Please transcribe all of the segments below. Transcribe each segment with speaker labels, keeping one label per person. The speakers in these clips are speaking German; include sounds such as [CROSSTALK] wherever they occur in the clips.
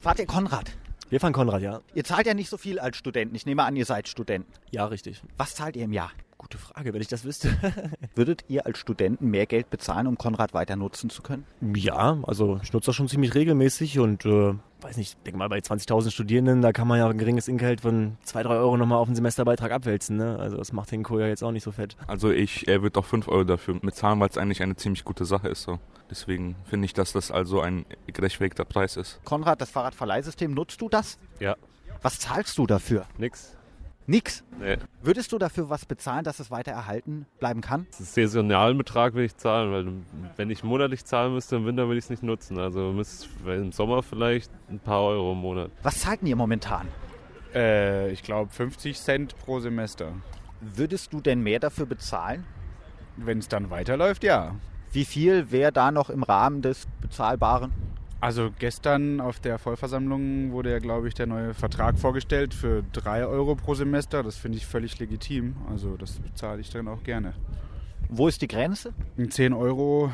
Speaker 1: Fahrt ihr Konrad?
Speaker 2: Wir fahren Konrad, ja.
Speaker 1: Ihr zahlt ja nicht so viel als Studenten. Ich nehme an, ihr seid Studenten.
Speaker 2: Ja, richtig.
Speaker 1: Was zahlt ihr im Jahr?
Speaker 2: Gute Frage, wenn ich das wüsste. [LAUGHS]
Speaker 1: Würdet ihr als Studenten mehr Geld bezahlen, um Konrad weiter nutzen zu können?
Speaker 2: ja, also ich nutze das schon ziemlich regelmäßig und äh, weiß nicht, denke mal bei 20.000 Studierenden, da kann man ja ein geringes Inkehalt von 2, 3 Euro nochmal auf den Semesterbeitrag abwälzen. Ne? Also das macht den Kohl ja jetzt auch nicht so fett.
Speaker 3: Also ich äh, würde auch 5 Euro dafür bezahlen, weil es eigentlich eine ziemlich gute Sache ist. So. Deswegen finde ich, dass das also ein gerechtfertigter Preis ist.
Speaker 1: Konrad, das Fahrradverleihsystem, nutzt du das?
Speaker 4: Ja,
Speaker 1: Was zahlst du dafür?
Speaker 4: nix.
Speaker 1: Nix.
Speaker 4: Nee.
Speaker 1: Würdest du dafür was bezahlen, dass es weiter erhalten bleiben kann?
Speaker 4: Das ist saisonalen Betrag will ich zahlen, weil wenn ich monatlich zahlen müsste, im Winter will ich es nicht nutzen. Also müsste ich im Sommer vielleicht ein paar Euro im Monat.
Speaker 1: Was zahlt denn ihr momentan?
Speaker 5: Äh, ich glaube 50 Cent pro Semester.
Speaker 1: Würdest du denn mehr dafür bezahlen?
Speaker 5: Wenn es dann weiterläuft, ja.
Speaker 1: Wie viel wäre da noch im Rahmen des Bezahlbaren?
Speaker 5: Also gestern auf der Vollversammlung wurde ja, glaube ich, der neue Vertrag vorgestellt für 3 Euro pro Semester. Das finde ich völlig legitim. Also das bezahle ich dann auch gerne.
Speaker 1: Wo ist die Grenze?
Speaker 5: Und 10 Euro,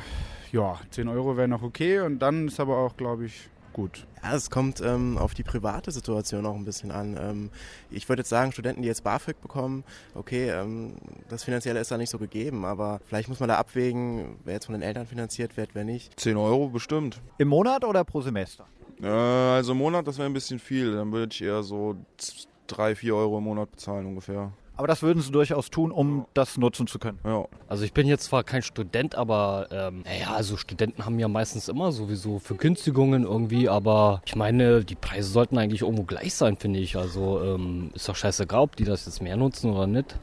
Speaker 5: ja, 10 Euro wäre noch okay und dann ist aber auch, glaube ich, gut.
Speaker 6: Ja, es kommt ähm, auf die private Situation auch ein bisschen an. Ähm, ich würde jetzt sagen, Studenten, die jetzt BAföG bekommen, okay, ähm, das Finanzielle ist da nicht so gegeben, aber vielleicht muss man da abwägen, wer jetzt von den Eltern finanziert wird, wer nicht.
Speaker 7: 10 Euro bestimmt.
Speaker 1: Im Monat oder pro Semester?
Speaker 7: Äh, also im Monat, das wäre ein bisschen viel. Dann würde ich eher so 3, 4 Euro im Monat bezahlen ungefähr.
Speaker 1: Aber das würden sie durchaus tun, um das nutzen zu können.
Speaker 7: Ja.
Speaker 8: Also ich bin jetzt zwar kein Student, aber ähm, naja, also Studenten haben ja meistens immer sowieso Vergünstigungen irgendwie, aber ich meine, die Preise sollten eigentlich irgendwo gleich sein, finde ich. Also ähm, ist doch scheißegal, ob die das jetzt mehr nutzen oder nicht.